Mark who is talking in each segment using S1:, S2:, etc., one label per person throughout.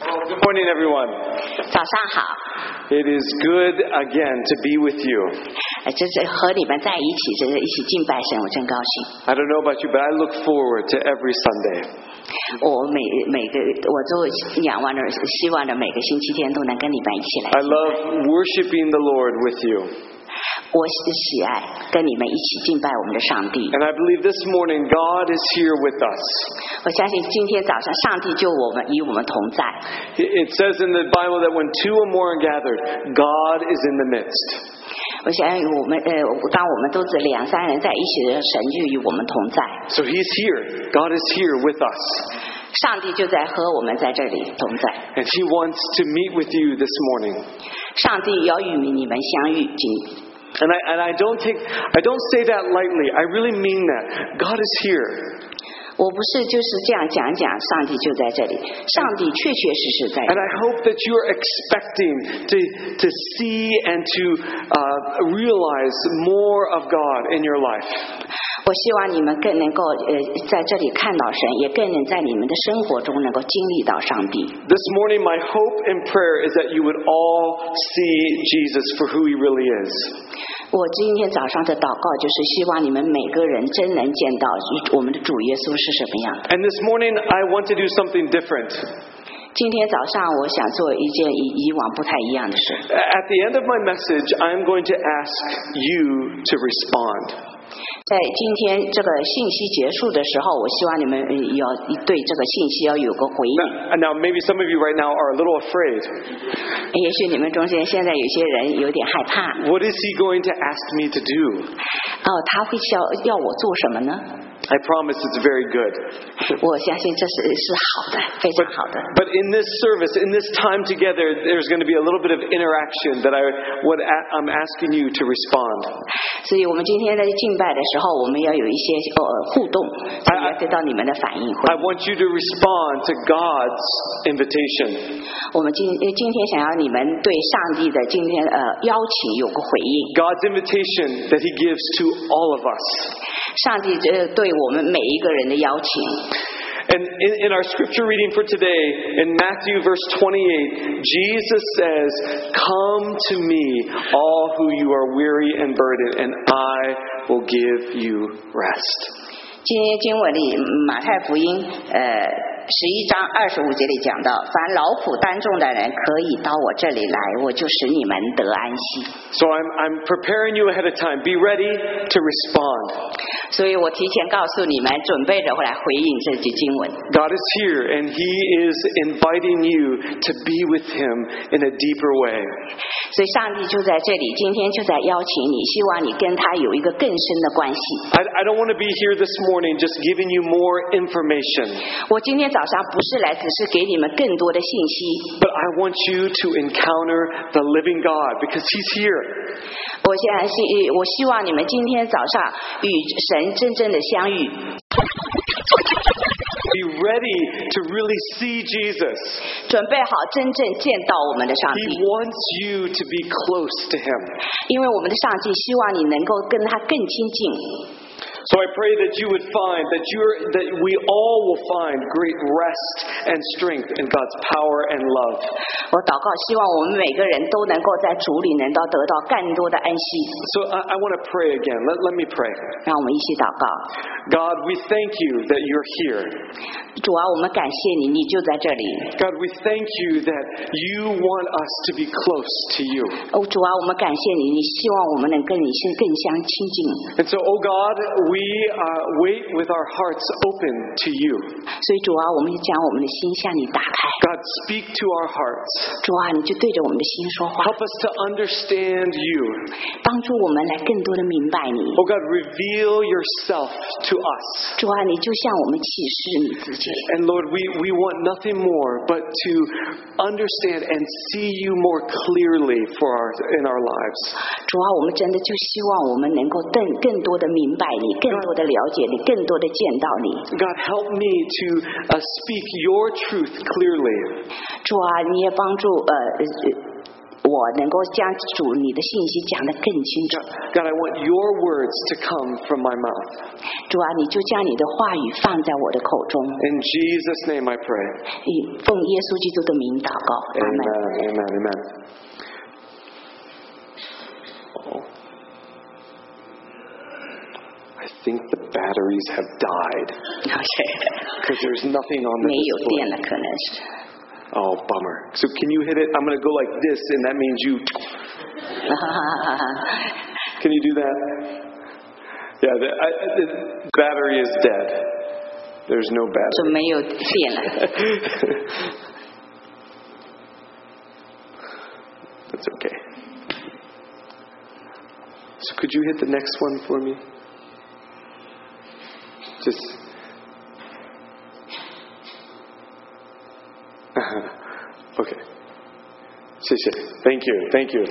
S1: Good morning, everyone.
S2: 早上好，
S1: It is good again to be with you.
S2: 呃，真是和你们在一起，真是一起敬拜神，我真高兴。
S1: I don't know about you, but I look forward to every Sunday.
S2: 我每每个我都仰望着，希望着每个星期天都能跟你们一起来。
S1: I love worshiping the Lord with you.
S2: 我喜喜爱跟你们一起敬拜我们的上帝。
S1: And I believe this morning God is here with us.
S2: 我相信今天早上上帝就我们与我们同在。
S1: It says in the Bible that when two or more are gathered, God is in the midst.
S2: 我相信我们呃，当我们都是两三人在一起的时候，神就与我们同在，
S1: So He's here. God is here with us.
S2: 上帝就在和我们在这里同在。
S1: And He wants to meet with you this morning.
S2: 上帝要与你们相遇，今
S1: And I, and I don't think, I don't say that lightly. I really mean that. God is here.
S2: 我不是就是这样讲讲，上帝就在这里，上帝确确实实在这
S1: And
S2: 里。
S1: I hope that you are expecting to, to see and to uh, realize more of God in your life.
S2: 我希望你们更能够呃在这里看到神，也更能在你们的生活中能够经历到上帝。
S1: This morning, my hope and prayer is that you would all see Jesus for who he really is.
S2: 我今天早上的祷告就是希望你们每个人真能见到我们的主耶稣是什么样的。
S1: And this morning, I want to do something different.
S2: 今天早上我想做一件以以往不太一样的事。
S1: At the end of my message, I'm going to ask you to respond.
S2: 在今天这个信息结束的时候，我希望你们呃要对这个信息要有个回应。
S1: And now, maybe some of you right now are a little afraid.
S2: 也许你们中间现在有些人有点害怕，
S1: What is he going to ask me to do?
S2: 哦，他会要要我做什么呢？
S1: I promise it's very good.
S2: 我相信这是是好的，非常好的。
S1: But in this service, in this time together, there's going to be a little bit of interaction that I would a- I'm asking you to respond.
S2: 所以我们今天在敬拜的时候，我们要有一些呃互动，所以要得到你们的反应。
S1: I want you to respond to God's invitation.
S2: 我们今呃今天想要你们对上帝的今天呃邀请有个回应。
S1: God's invitation that He gives to all of us.
S2: 上帝呃对我们每一个人的邀请，
S1: And in, in our scripture reading for today, in Matthew verse 28, Jesus says, Come to me, all who you are weary and burdened, and I will give you rest.
S2: 今天经文里，马太福音呃十一章二十五节里讲到，凡劳苦担重的人可以到我这里来，我就使你们得安息。
S1: So I'm, I'm preparing you ahead of time. Be ready to respond.
S2: 所以我提前告诉你们，准备着来回应这句经文。
S1: God is here, and He is inviting you to be with Him in a deeper way.
S2: 所以上帝就在这里，今天就在邀请你，希望你跟他有一个更深的关系。
S1: I, I don't want to be here this morning just giving you more information,
S2: 我今天早上不是来，只是给你们更多的信息。
S1: but I want you to encounter the living God because He's here.
S2: 我现在希，我希望你们今天早上与神真正的相遇，
S1: Be ready to really see Jesus.
S2: 准备好真正见到我们的上
S1: He
S2: 帝，
S1: wants you to be close to Him.
S2: 因为我们的上帝希望你能够跟他更亲近。
S1: So I pray that you would find that you are that we all will find great rest and strength in God's power and love.
S2: 我祷告，希望我们每个人都能够在主里能够得到更多的安息。
S1: So I, I want to pray again. Let, let me pray.
S2: 让我们一起祷告。
S1: God, we thank you that you're here.
S2: 主啊，我们感谢你，你就在这里。
S1: God, we thank you that you want us to be close to you.
S2: 哦，主啊，我们感谢你，你希望我们能跟你先更相亲近。
S1: And so, oh God, we uh, wait with our hearts open to you.
S2: 所以主啊，我们将我们的心向你打开。
S1: God, speak to our hearts.
S2: 主啊，你就对着我们的心说话，
S1: Help us to understand you.
S2: 帮助我们来更多的明白你。
S1: Oh God, reveal yourself to us.
S2: 主啊，你就向我们启示你自己。
S1: And Lord, we, we want nothing more but to understand and see you more clearly for our, in our lives.
S2: 主啊，我们真的就希望我们能够更更多的明白你，更多的了解你，更多的见到你。
S1: God, help me to uh, speak your truth clearly.
S2: 主啊，你也帮助呃。呃呃我能够将主你的信息讲得更清楚。
S1: God, I want your words to come from my mouth.
S2: 主啊，你就将你的话语放在我的口中，
S1: In Jesus' name I pray.
S2: 以奉耶稣基督的名祷告，阿门。
S1: Amen, amen, amen. Oh. I think the batteries have died
S2: 好像
S1: because there's nothing on
S2: 没有
S1: the
S2: 电
S1: display.
S2: 了，可能是。
S1: Oh, bummer. So can you hit it? I'm going to go like this, and that means you.
S2: 哈哈哈哈
S1: Can you do that? Yeah, the, I, I- the battery is dead. There's no battery.
S2: 就没有电 了。
S1: That's okay. So could you hit the next one for me? Just. okay. 谢谢. Thank you. Thank you.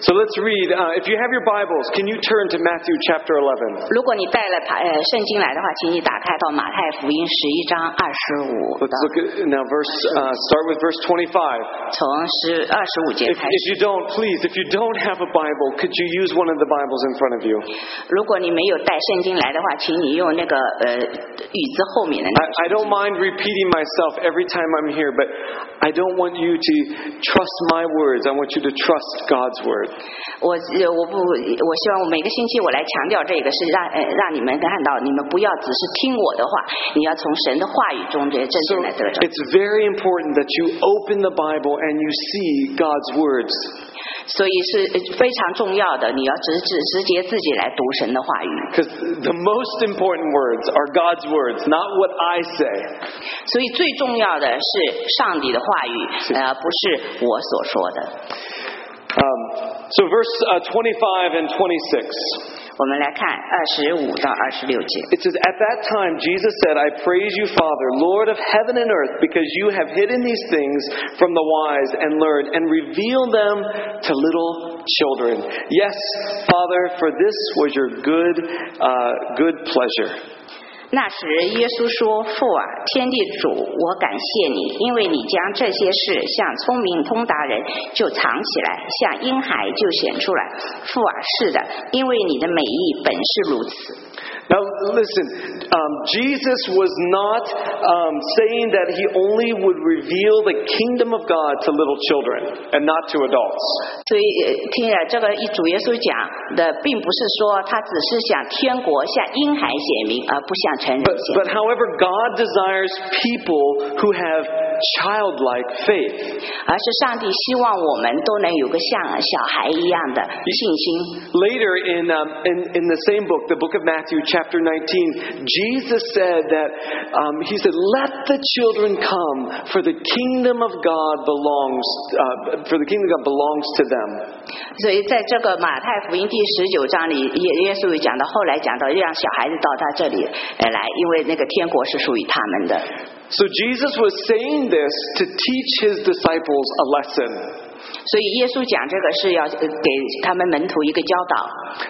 S1: So let's read. Uh, if you have your Bibles, can you turn to Matthew chapter 11?
S2: 如果你带了呃圣经来的话，请你打开到马太福音十一章二十五
S1: Let's
S2: 到
S1: look at now. Verse uh, start with verse 25.
S2: 从十二十五节
S1: If,
S2: 开始。
S1: if you don't, please, if you don't have a Bible, could you use one of the Bibles in front of you?
S2: 如果你没有带圣经来的话，请你用那个呃语字后面的那
S1: I, I don't mind repeating myself every time I'm here, but I don't want you to trust my words. I want you to trust God's word.
S2: 我呃我不我希望我每个星期我来强调这个是让呃让你们看到，你们不要只是听我的话，你要从神的话语中这真
S1: So
S2: 正的得着。
S1: it's very important that you open the Bible and you see God's words.
S2: 所以是呃非常重要的，你要直直直接自己来读神的话语。
S1: Because the most important words are God's words, not what I say.
S2: 所以最重要的是上帝的话语，呃，不是我所说的。
S1: Um, so verse uh, 25 and 26.
S2: 我们来看二十五到二十六节。
S1: It says, At that time, Jesus said, I praise you, Father, Lord of heaven and earth, because you have hidden these things from the wise and learned and revealed them to little children. Yes, Father, for this was your good, uh, good pleasure.
S2: 那时耶稣说：“父啊，天地主，我感谢你，因为你将这些事像聪明通达人就藏起来，像婴孩就显出来。父啊，是的，因为你的美意本是如此。”
S1: Now, listen, um, Jesus was not um, saying that he only would reveal the kingdom of God to little children and not to adults.
S2: 所以呃听了这个一主耶稣讲的，并不是说他只是想天国像婴孩显明，而不像成人
S1: But,
S2: 显明
S1: but however, God desires people who have childlike faith.
S2: 而是上帝希望我们都能有个像小孩一样的信心。
S1: Later in, um, in, in the same book, the book of Matthew, chapter 19, Jesus said that, um, He said, Let the children come, for the kingdom of God belongs, uh, for the kingdom of God belongs to them.
S2: 所以在这个马太福音第十九章里，耶耶稣有讲到，后来讲到让小孩子到他这里呃来，因为那个天国是属于他们的。
S1: So Jesus was saying this to teach His disciples a lesson.
S2: 所以耶稣讲这个是要呃给他们门徒一个教导。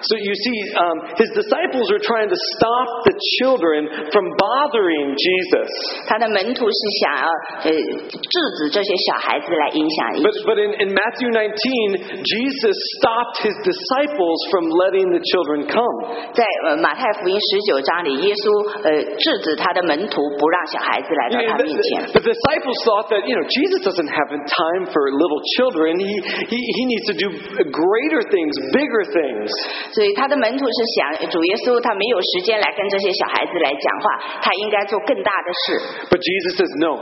S1: So you see, um, His disciples are trying to stop the children from bothering Jesus.
S2: 他的门徒是想要呃制止这些小孩子来影响
S1: But, but in, in Matthew 19, Jesus stopped his disciples from letting the children come.
S2: 在呃马太福音十九章里，耶稣呃制止他的门徒不让小孩子来
S1: You
S2: 到
S1: know,
S2: 他
S1: the,
S2: 面前。
S1: the- the disciples thought that, you know, Jesus doesn't have time for little children. He, he, he needs to do greater things, bigger things.
S2: 所以他的门徒是想，主耶稣他没有时间来跟这些小孩子来讲话，他应该做更大的事。
S1: But Jesus says, no,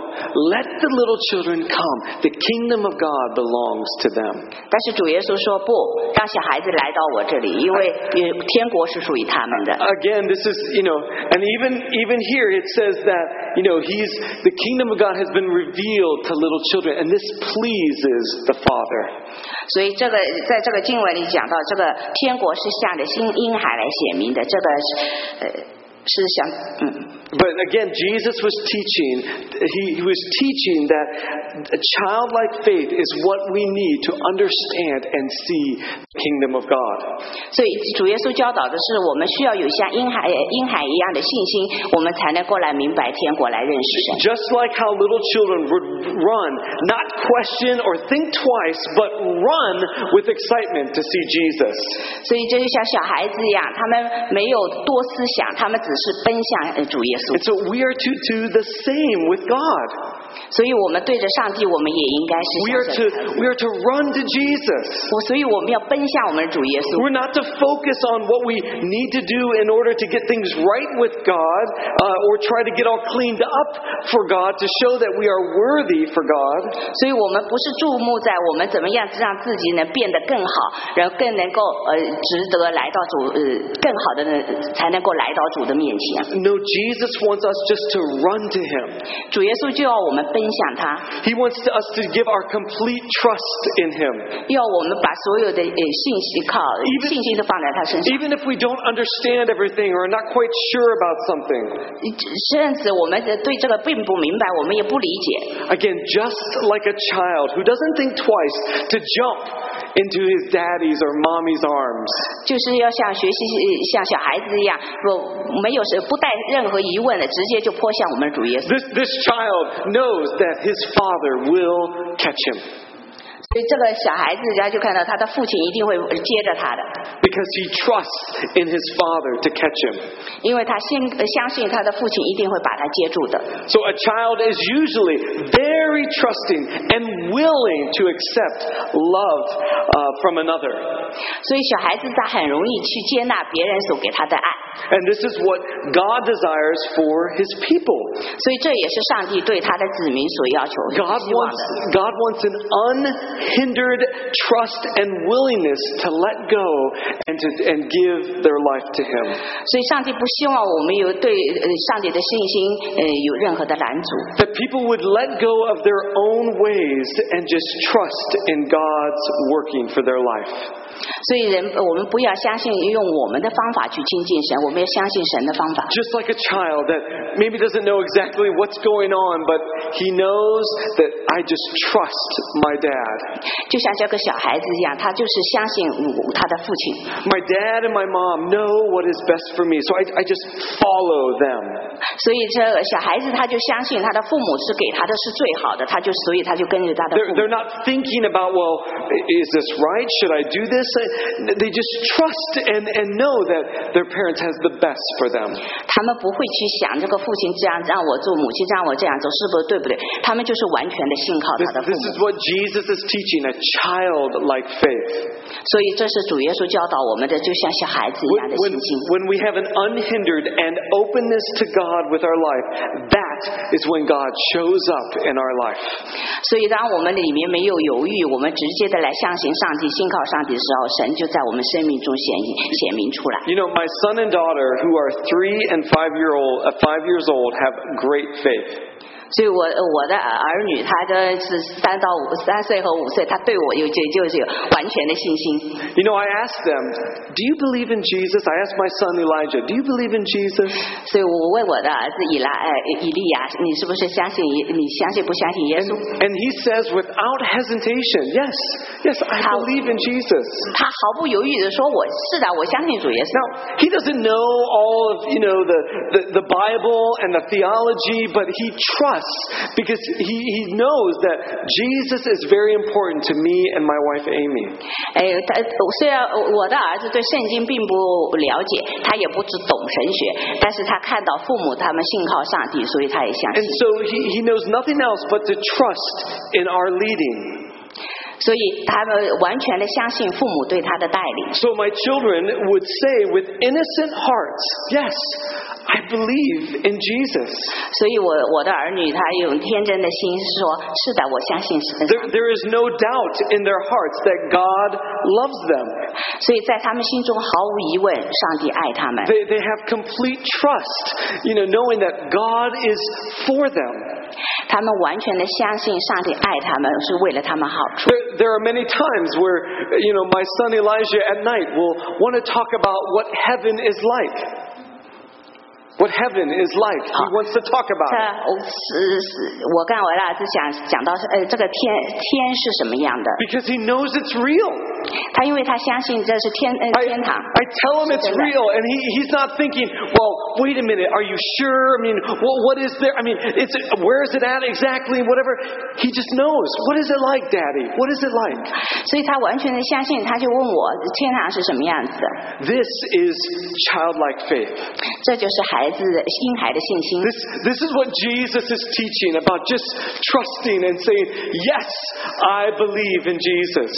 S1: let the little children come. The kingdom of God belongs to them.
S2: 但是主耶稣说不，让小孩子来到我这里，因为呃天国是属于他们的。
S1: Again, this is, you know, and even, even here it says that, you know, he's, the kingdom of God has been revealed to little children, and this pleases the Father.
S2: 所以这个在这个经文里讲到，这个天国是向着新婴孩来显明的，这个是呃是想，嗯，
S1: But again, Jesus was teaching, he, he was teaching that a childlike faith is what we need to understand and see the kingdom of God.
S2: 所以主耶稣教导的是，我们需要有像婴孩婴孩一样的信心，我们才能够来明白天国，来认识神。
S1: Just like how little children would run, not question or think twice, but run with excitement to see Jesus.
S2: 所以这就像小孩子一样，他们没有多思想，他们只是奔向呃主耶稣
S1: And。so we are to do the same with God.
S2: 所以我们对着上帝，我们也应该是
S1: We are
S2: 像
S1: to,
S2: 神的孩子
S1: we are to run to Jesus.
S2: 我所以我们要奔向我们的主耶稣。
S1: We're not to focus on what we need to do in order to get things right with God uh, or try to get all cleaned up for God to show that we are worthy for God.
S2: 所以我们不是注目在我们怎么样让自己能变得更好，然后更能够呃值得来到主呃更好的呢，才能够来到主的面前。
S1: No, Jesus wants us just to run to Him.
S2: 主耶稣就要我们奔向他，
S1: He wants to- us to give our complete trust in Him.
S2: 要我们把所有的呃信息靠呃
S1: Even-
S2: 信心都放在他身上，
S1: Even if we don't understand everything or are not quite sure about something,
S2: 甚至我们对这个并不明白，我们也不理解。
S1: again, just like a child who doesn't think twice to jump into his daddy's or mommy's arms.
S2: 就是要像学习呃像小孩子一样，若没有是不带任何疑问的，直接就泼向我们主耶稣。
S1: This, this child knows that his father will catch him
S2: 所以这个小孩子，人家就看到他的父亲一定会呃接着他的，
S1: because he trusts in his father to catch him.
S2: 因为他信呃相信他的父亲一定会把他接住的。
S1: So a child is usually very trusting and willing to accept love uh, from another.
S2: 所以小孩子他很容易去接纳别人所给他的爱，
S1: And this is what God desires for his people.
S2: 所以这也是上帝对他的子民所要求、
S1: God
S2: 希望
S1: wants,
S2: 的。
S1: God wants an unhindered trust and willingness to let go and, to, and give their life to him.
S2: 所以上帝不希望我们有对呃上帝的信心呃有任何的拦阻，
S1: that people would let go of their own ways and just trust in God's working for their life.
S2: 所以人呃我们不要相信用我们的方法去亲近神，我们要相信神的方法。
S1: Just like a child that maybe doesn't know exactly what's going on, but he knows that I just trust my dad.
S2: 就像这个小孩子一样，他就是相信我他的父亲，
S1: My dad and my mom know what is best for me, so I, I just follow them.
S2: 所以这个小孩子他就相信他的父母是给他的是最好的，他就所以他就跟着他的
S1: They're,
S2: 父母。
S1: they're not thinking about, well, is this right? Should I do this? They just trust and, and know that their parents has the best for them.
S2: 他们不会去想这个父亲这样让我做，母亲让我这样做是不是对不对？他们就是完全的信靠
S1: This,
S2: 他的父
S1: this
S2: 母
S1: is，what Jesus is teaching a childlike faith.
S2: 所以这是主耶稣教导我们的，就像小孩子一样
S1: When,
S2: 的
S1: when,
S2: 信心。
S1: when we have an unhindered and openness to God with our life, that is when God shows up in our life.
S2: 所以当我们里面没有犹豫，我们直接的来相信上帝、信靠上帝的时候，神就在我们生命中显显明出来。
S1: You know, my son and daughter, who are three and five year old, uh, five years old, have great faith.
S2: 所以我我的儿女，他的是三到五三岁和五岁，他对我有就就是有完全的信心。
S1: You know, I asked them, "Do you believe in Jesus?" I asked my son Elijah, "Do you believe in Jesus?"
S2: 所以我问我的儿子以拉呃以利亚，你是不是相信耶你相信不相信耶稣？
S1: And he says, without hesitation, "Yes, yes, I
S2: How-
S1: believe in Jesus."
S2: 他毫不犹豫的说：“我是的，我相信主耶稣。
S1: Now, he doesn't know all of, you know, the, the, the Bible and the theology, but he trusts because he, he knows that Jesus is very important to me and my wife Amy. ”
S2: 哎，他虽然我的儿子对圣经并不了解，他也不只懂神学，但是他看到父母他们信靠上帝，所以他也相
S1: And
S2: 信。
S1: so he, he knows nothing else but to trust in our leading.
S2: 所以他们完全的相信父母对他的带领。
S1: So my children would say with innocent hearts, Yes, I believe in Jesus.
S2: 所以我我的儿女他有天真的心是说：“是的，我相信神。
S1: There, there is no doubt in their hearts that God loves them. ”
S2: 所以在他们心中毫无疑问，上帝爱他们。
S1: They, they have complete trust, you know, knowing that God is for them.
S2: 他们完全的相信上帝爱他们是为了他们好处。
S1: There, there are many times where, you know, my son Elijah at night will want to talk about what heaven is like. what heaven is like. He wants to talk about
S2: 这
S1: it.
S2: 我呃哦是是，我跟维拉是想讲到是呃，这个天天是什么样的？
S1: Because he knows it's real.
S2: 他因为他相信这是天呃
S1: I,
S2: 天堂。
S1: I tell him it's
S2: Isn't it?
S1: real, and he, he's not thinking, well, wait a minute, are you sure? I mean, what, what is there? I mean, it's, where is it at exactly? Whatever. He just knows. What is it like, Daddy? What is it like?
S2: 所以他完全的相信，他就问我天堂是什么样子的，
S1: This is childlike faith.
S2: 这就是孩子的婴孩的信心。
S1: This, this is what Jesus is teaching about just trusting and saying, Yes, I believe in Jesus.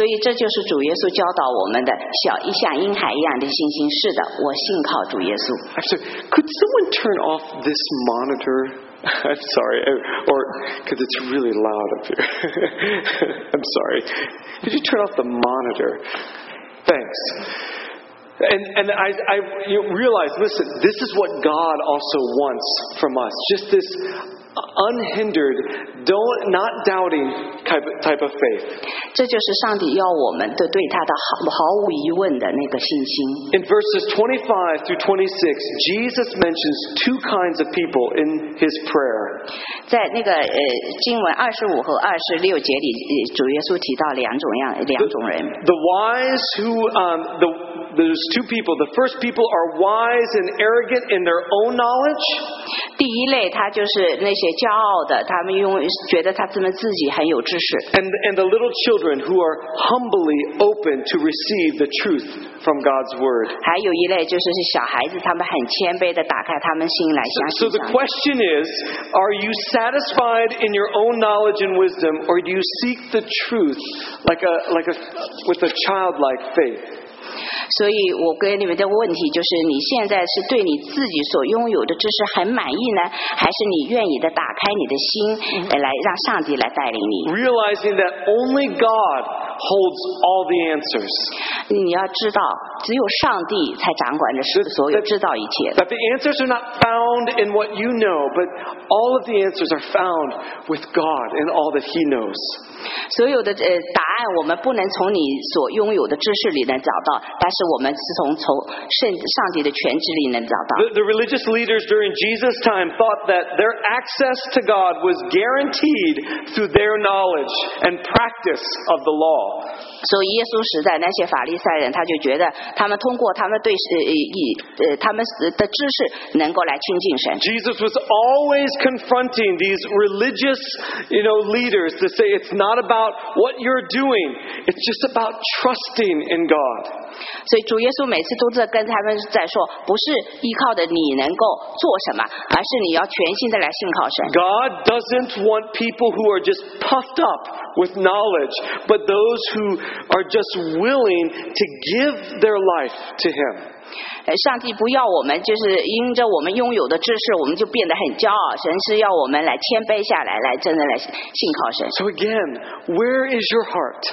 S2: 所以这就是主耶稣教导我们的小一像婴孩一样的信心。是的，我信靠主耶稣。
S1: Actually, could someone turn off this monitor? I'm sorry, uh, or because it's really loud up here. I'm sorry. Could you turn off the monitor? Thanks. And, and I, I you realize, listen, this is what God also wants from us. Just this unhindered, don't, not doubting type, type of faith.
S2: 这就是上帝要我们的对他的毫毫无疑问的那个信心。
S1: In verses 25 through 26, Jesus mentions two kinds of people in his prayer.
S2: 在那个呃经文二十五和二十六节里，呃主耶稣提到两种样两种人。
S1: The wise who, um, the, there's two people. The first people are wise and arrogant in their own knowledge,
S2: 第一类，他就是那些骄傲的，他们用觉得他们自己很有知识。
S1: and, and the little children who are humbly open to receive the truth from God's word.
S2: 还有一类就是是小孩子，他们很谦卑的打开他们心来相
S1: So
S2: 信
S1: the
S2: 上帝。
S1: question is, are you satisfied in your own knowledge and wisdom, or do you seek the truth like a, like a, with a childlike faith?
S2: 所以我给你们的问题就是：你现在是对你自己所拥有的知识很满意呢，还是你愿意的打开你的
S1: 嗯
S2: 心，呃来让上帝来带领你？
S1: realizing that only God holds all the answers.
S2: 你要知道，只有上帝才掌管着所有，知道一切。
S1: That the answers are not found in what you know, but all of the answers are found with God and all that He knows.
S2: 所有的呃答案，我们不能从你所拥有的知识里能找到，但是我们是从从圣上帝的全知里能找到。
S1: The, the religious leaders during Jesus' time thought that their access to God was guaranteed through their knowledge and practice of the law.
S2: 所以耶稣时代那些法利赛人，他就觉得他们通过他们对呃呃以呃他们的知识能够来亲近神。
S1: Jesus was always confronting these religious, you know, leaders to say it's not about what you're doing. It's just about trusting in God.
S2: 所以主耶稣每次都在跟他们在说，不是依靠的你能够做什么，而是你要全心的来信靠神。
S1: God doesn't want people who are just puffed up with knowledge, but those who are just willing to give their life to Him.
S2: 呃，上帝不要我们就是因着我们拥有的知识，我们就变得很骄傲。神是要我们来谦卑下来，来真的来信靠神。
S1: So again, where is your heart?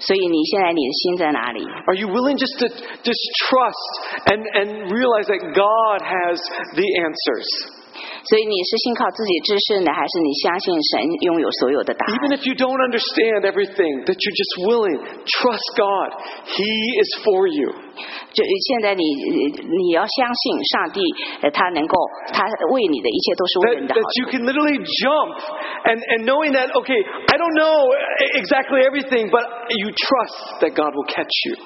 S2: 所以你现在你的心在哪里？
S1: Are you willing just to just trust and, and realize that God has the answers?
S2: 所以你是信靠自己知识呢，还是你相信神拥有所有的答案？
S1: Even if you don't understand everything, that you're just willing, trust God. He is for you.
S2: 就现在你呃你要相信上帝，呃他能够他为你的一切都是
S1: That,
S2: 为你的好
S1: that you can literally jump and, and knowing that, okay, I don't know e-, exactly everything, but you trust that God will catch you.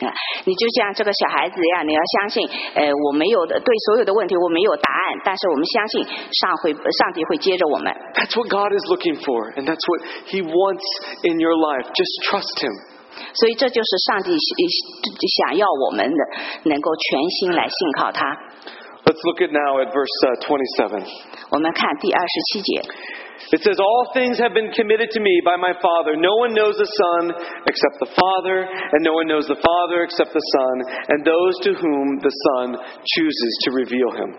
S2: 啊！你就像这个小孩子一样，你要相信，呃，我没有的对所有的问题我没有答案，但是我们相信上会上帝会接着我们。
S1: That's what God is looking for, and that's what He wants in your life. Just trust Him.
S2: 所以这就是上帝呃想要我们的，能够全心来信靠他。
S1: Let's look at now at verse uh, 27.
S2: 我们看第二十七节，
S1: It says, All things have been committed to me by my Father. No one knows the Son except the Father, and no one knows the Father except the Son, and those to whom the Son chooses to reveal him.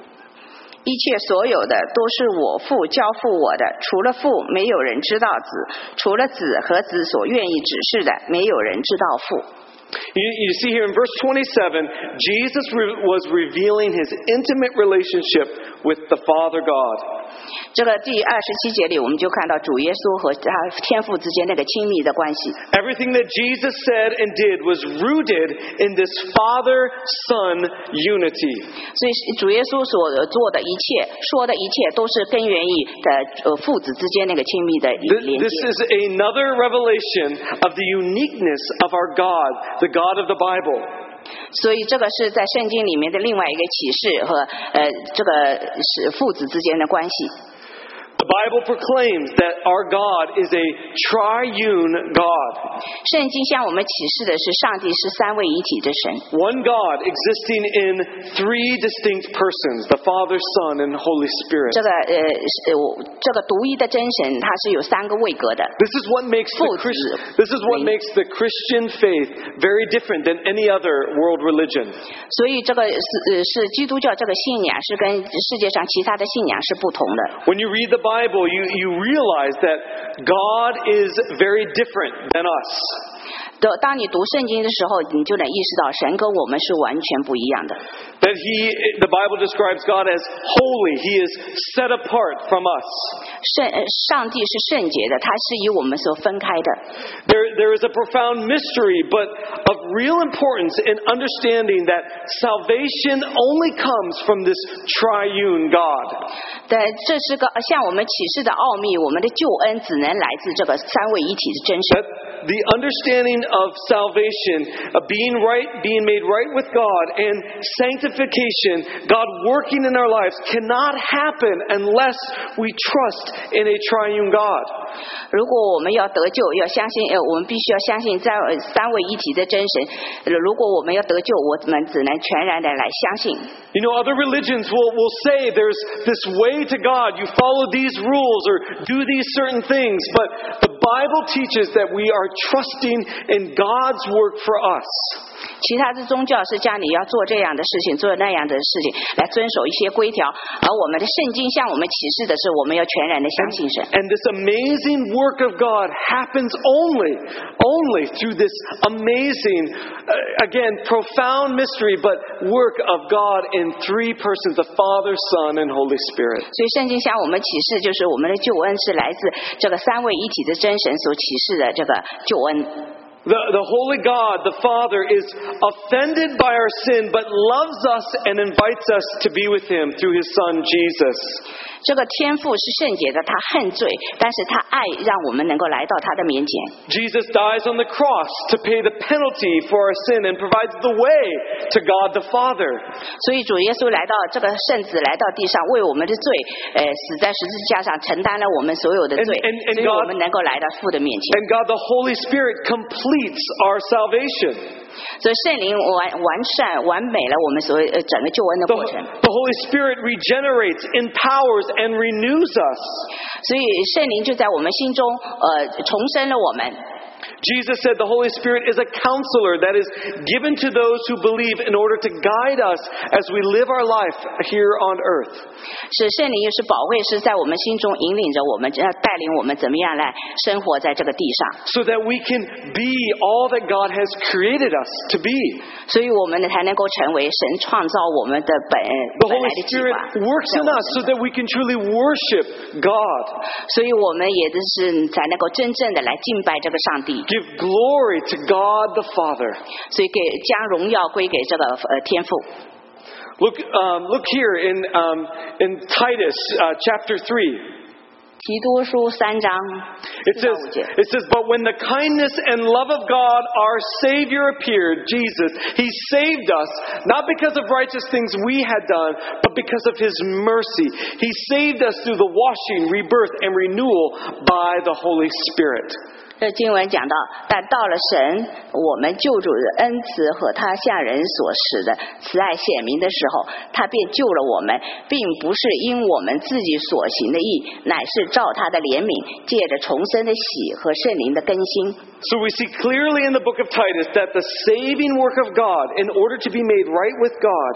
S2: 一切所有的都是我父交付我的，除了父，没有人知道子；除了子和子所愿意指示的，没有人知道父。
S1: You, you see here in verse 27, Jesus re- was revealing his intimate relationship with the Father God.
S2: 这个第二十七节里，我们就看到主耶稣和他天父之间那个亲密的关系。
S1: Everything that Jesus said and did was rooted in this Father Son unity.
S2: 所以主耶稣所做的一切、说的一切，都是根源于呃呃父子之间那个亲密的
S1: Th-
S2: 连
S1: This
S2: 接。
S1: is another revelation of the uniqueness of our God, the God of the Bible.
S2: 所以这个是在圣经里面的另外一个启示和呃这个是父子之间的关系。
S1: The Bible proclaims that our God is a triune God,
S2: 圣经向我们启示的是上帝是三位一体的神，
S1: one God existing in three distinct persons the Father, Son, and Holy Spirit.
S2: 这个呃是我这个独一的真神，它是有三个位格的。
S1: This is what makes the
S2: Full
S1: Christ- this is what
S2: range.
S1: makes the Christian faith very different than any other world religion.
S2: 所以这个是呃是基督教这个信仰是跟世界上其他的信仰是不同的。
S1: When you read the Bible, you, you realize that God is very different than us.
S2: 当当你读圣经的时候，你就能意识到神跟我们是完全不一样的。
S1: That He, the Bible describes God as holy. He is set apart from us.
S2: 圣呃上帝是圣洁的，他是与我们所分开的。
S1: There, there is a profound mystery, but of real importance in understanding that salvation only comes from this triune God.
S2: 对，这是个向我们启示的奥秘，我们的救恩只能来自这个三位一体的真神。
S1: That the understanding of salvation, of being right, being made right with God, and sanctification, God working in our lives, cannot happen unless we trust in a triune God.
S2: 如果我们要得救，要相信，呃，我们必须要相信三呃三位一体的真神。呃如果我们要得救，我们只能全然的来相信。
S1: You know, other religions will, will say there's this way to God, you follow these rules or do these certain things, but the Bible teaches that we are trusting in God's work for us.
S2: 其他的宗教是叫你要做这样的事情，做那样的事情，来遵守一些规条。而我们的圣经向我们启示的是，我们要全然的相信神。
S1: And this amazing work of God happens only, only through this amazing, uh, again, profound mystery, but work of God in three persons the Father, Son, and Holy Spirit.
S2: 所以圣经向我们启示，就是我们的救恩是来自这个三位一体的真神所启示的这个救恩。
S1: The, the Holy God, the Father, is offended by our sin, but loves us and invites us to be with Him through His Son, Jesus.
S2: 这个天赋是圣洁的，他恨罪，但是他爱让我们能够来到他的面前。
S1: Jesus dies on the cross to pay the penalty for our sin and provides the way to God the Father.
S2: 所以主耶稣来到这个圣子来到地上，为我们的罪，呃，死在十字架上，承担了我们所有的罪
S1: And- and- and，
S2: 所以
S1: God-
S2: 我们能够来到父的面前。
S1: And God the Holy Spirit completes our salvation.
S2: 所以圣灵完完善完美了我们所有呃整个救恩的
S1: The,
S2: 过程。
S1: the Holy Spirit regenerates, empowers, and renews us.
S2: 所以圣灵就在我们心中呃重生了我们。
S1: Jesus said the Holy Spirit is a counselor that is given to those who believe in order to guide us as we live our life here on earth.
S2: 是圣灵又是宝贵，是在我们心中引领着我们，呃带领我们怎么样来生活在这个地上，
S1: So that we can be all that God has created us to be.
S2: 所以我们呢才能够成为神创造我们的本
S1: The
S2: 本
S1: Holy
S2: 来的计
S1: Spirit
S2: 划。
S1: works in us so that we can truly worship God,
S2: 所以我们也就是才能够真正的来敬拜这个上帝，
S1: give glory to God the Father.
S2: 所以给将荣耀归给这个呃天赋。
S1: Look, um, look here in, um, in Titus uh, chapter 3.
S2: 提多书三章
S1: It
S2: 四到
S1: says,
S2: 五节。
S1: it says, But when the kindness and love of God, our Savior, appeared, Jesus, He saved us, not because of righteous things we had done, but because of His mercy. He saved us through the washing, rebirth, and renewal by the Holy Spirit.
S2: 这经文讲到，但到了神我们救主的恩慈和他向人所使的慈爱显明的时候，他便救了我们，并不是因我们自己所行的义，乃是照他的怜悯，借着重生的喜和圣灵的更新。
S1: So we see clearly in the book of Titus that the saving work of God, in order to be made right with God,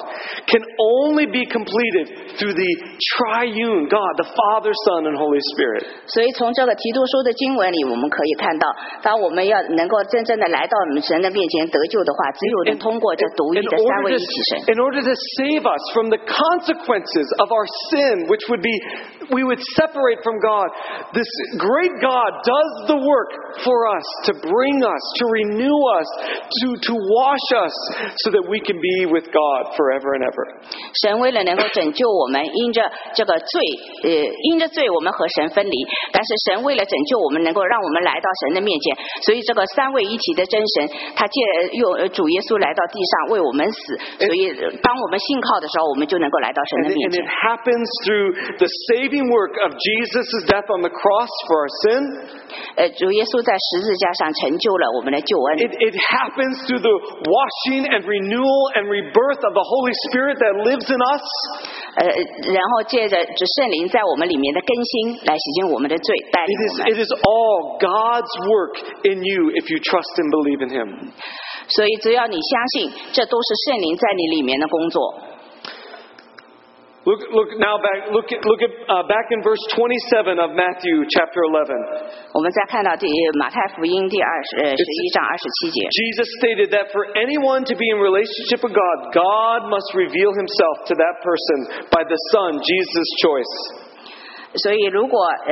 S1: can only be completed through the triune God, the Father, Son, and Holy Spirit.
S2: 所以从这个提督书的经文里，我们可以看看到，当我们要能够真正的来到我们神的面前得救的话，只有能通过这独一
S1: In
S2: 的三
S1: order,
S2: 位
S1: to,
S2: 一体神。
S1: in order to save us from the consequences of our sin, which would be we would separate from God, this great God does the work for us to bring us, to renew us, to, to wash us, so that we can be with God forever and ever.
S2: 神为了能够拯救我们，因着这个罪，呃，因着罪我们和神分离。但是神为了拯救我们，能够让我们来到神的面前，所以这个三位一体的真神，他借用呃主耶稣来到地上为我们死。
S1: 哎
S2: 所以呃当我们信靠的时候，我们就能够来到神
S1: And
S2: 的
S1: it,
S2: 面
S1: and
S2: 前
S1: it。happens through the saving work of Jesus' death on the cross for our sin.
S2: 呃，主耶稣在十字架上成就了我
S1: 哎
S2: 们的救恩。
S1: It, it happens through the washing and renewal and rebirth of the Holy Spirit that lives in us.
S2: 呃，然后借着这圣灵在我们里面的更新，来洗净我们的罪，带领
S1: It is,
S2: 我们。
S1: it is all God's work in you if you trust and believe in Him.
S2: 所以，只要你相信，这都是圣灵在你里面的工作。
S1: Look, look now back, look, at- look at, uh, back in verse 27 of Matthew chapter 11.
S2: 我们再看到第马太福音第二十呃十一章二十七节，
S1: Jesus stated that for anyone to be in relationship with God, God must reveal Himself to that person by the Son, Jesus' choice.
S2: 所以如果呃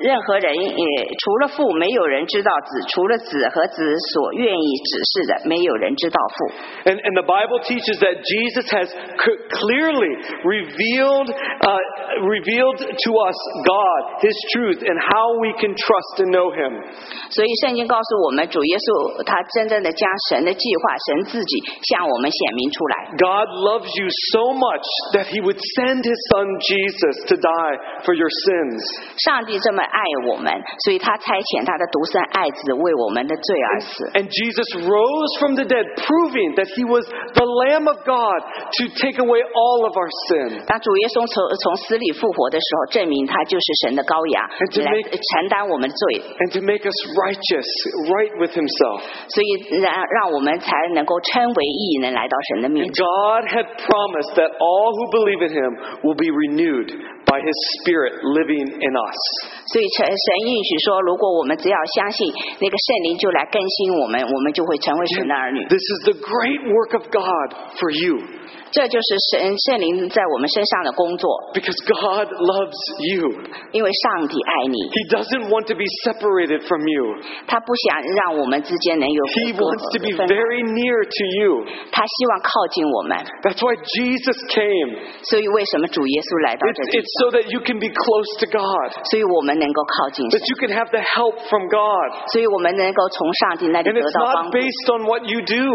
S2: 任何人也除了父，没有人知道子；除了子和子所愿意指示的，没有人知道父。
S1: And, and the Bible teaches that Jesus has c- clearly revealed, uh, revealed to us God, His truth, and how we can trust and know Him.
S2: 所以圣经告诉我们，主耶稣他真正的将神的计划、神自己向我们显明出来。
S1: God loves you so much that He would send His Son Jesus to die for your sins.
S2: 上帝这么爱我们，所以他差遣他的独生爱子为我们的罪而死。
S1: And Jesus rose from the dead, proving that He was the Lamb of God to take away all of our sin.
S2: 当主耶稣从从死里复活的时候，证明他就是神的羔羊
S1: And to，
S2: 来
S1: make-
S2: 承担我们的罪，
S1: And to make us righteous, right with Himself.
S2: 所以让让我们才能够称为义人来到神的面
S1: And
S2: 前。
S1: God had promised that all who believe in him will be renewed by his spirit living in us.
S2: 所以神神应许说，如果我们只要相信那个圣灵就来更新我们，我们就会成为神的儿女。
S1: This is the great work of God for you
S2: 这就是神圣灵在我们身上的工作，
S1: because God loves you.
S2: 因为上帝爱你，
S1: He doesn't want to be separated from you.
S2: 他不想让我们之间能有
S1: He
S2: 隔
S1: wants to be
S2: 分
S1: very near to you.
S2: 他希望靠近我们，
S1: That's why Jesus came.
S2: 所以为什么主耶稣来到
S1: It's,
S2: 这里？
S1: it's so that you can be close to God,
S2: 所以我们能够靠近
S1: that
S2: 神，
S1: you can have the help from God.
S2: 所以我们能够从上帝那里
S1: And
S2: 得
S1: it's
S2: 到帮
S1: not
S2: 助。
S1: based on what you do.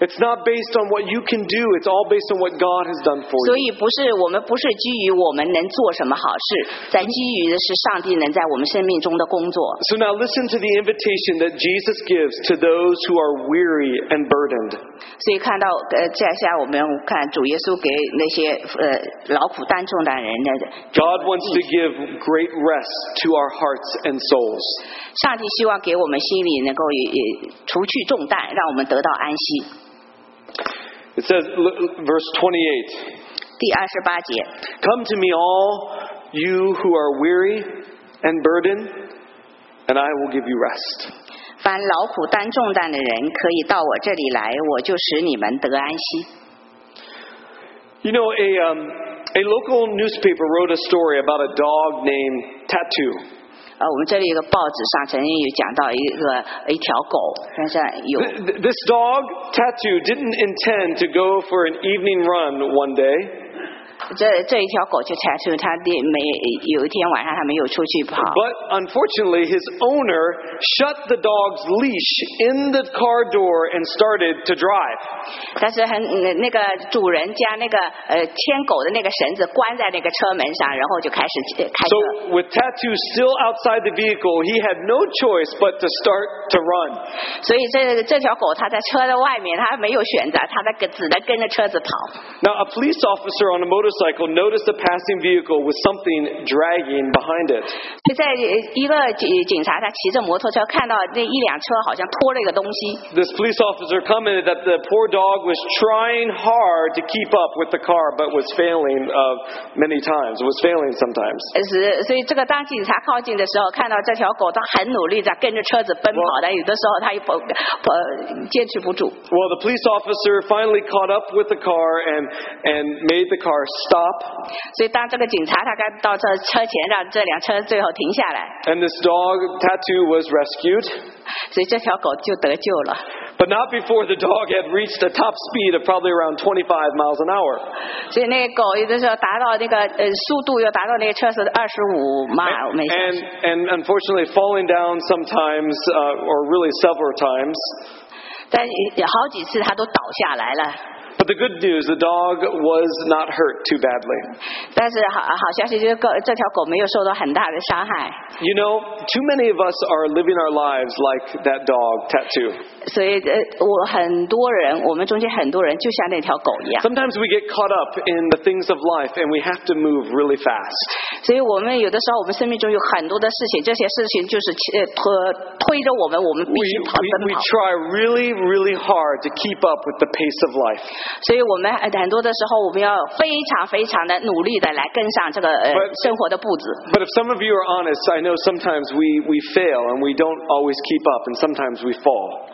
S1: It's not based on what you can do. It's all based on what God has done for
S2: 所
S1: you.
S2: 以不是我们不是基于我们能做什么好事，在基于的是上帝能在我们生命中的工作。
S1: So now listen to the invitation that Jesus gives to those who are weary and burdened.
S2: 所以看到呃，接下来我们看主耶稣给那些呃劳苦担重的人的，
S1: God wants to give great rest to our hearts and souls.
S2: 上帝希望给我们心里能够也除去重担，让我们得到安息。
S1: It says, l- l- verse 28,
S2: 第二十八节，
S1: Come to me, all you who are weary and burdened, and I will give you rest.
S2: 凡劳苦担重担的人，可以到我这里来，我就使你们得安息。
S1: You know, a, um, a local newspaper wrote a story about a dog named Tattoo.
S2: 呃，我们这里有个报纸上曾经有讲到一个一条狗，但是 有
S1: Th- th- This dog, Tattoo, didn't intend to go for an evening run one day,
S2: 这这一条狗就查出它的没有一天晚上它没有出去跑，
S1: but unfortunately, his owner shut the dog's leash in the car door and started to drive.
S2: 但是很嗯那个主人家那个呃牵狗的那个绳子关在那个车门上，然后就开始呃开车。
S1: So, with Tattoo still outside the vehicle, he had no choice but to start to run.
S2: 所以这这条狗它在车的外面，它没有选择，它在跟只能跟着车子跑。
S1: Now, a police officer on a motorcycle motorcycle noticed a passing vehicle with something dragging behind it.
S2: 就在呃一个警警察，他骑着摩托车看到那一辆车好像拖了一个东西，
S1: This police officer commented that the poor dog was trying hard to keep up with the car, but was failing uh, many times, was failing sometimes.
S2: 呃是所以这个当警察靠近的时候，看到这条狗它很努力在跟着车子奔跑的，有的时候它又不不坚持不住，
S1: Well, the police officer finally caught up with the car and, and made the car stop,
S2: 所以当这个警察他该到这车前，让这辆车最后停下来，
S1: and this dog, Tattoo, was rescued.
S2: 所以这条狗就得救了。
S1: But not before the dog had reached a top speed of probably around 25 miles an hour.
S2: 所以那个狗有的时候达到那个呃速度要达到那个车速的二十五迈每小
S1: And,
S2: 时，
S1: and unfortunately, falling down sometimes, uh, or really several times.
S2: 但也好几次它都倒下来了。
S1: But the good news, the dog was not hurt too badly.
S2: 但是好好消息就是狗这条狗没有受到很大的伤害，
S1: You know, too many of us are living our lives like that dog tattoo.
S2: 所以呃我很多人我们中间很多人就像那条狗一样。
S1: Sometimes we get caught up in the things of life and we have to move really fast.
S2: 所以我们有的时候，我们生命中有很多的事情，这些事情就是呃推推着我们，我们必
S1: We,
S2: 须跑
S1: we,
S2: 奔
S1: we
S2: 跑。
S1: try really, really hard to keep up with the pace of life.
S2: 所以我们呃很多的时候，我们要非常非常的努力的来跟上这个呃
S1: But-
S2: 生活的步子。
S1: But if some of you are honest, I know sometimes we, we fail and we don't always keep up and sometimes we fall.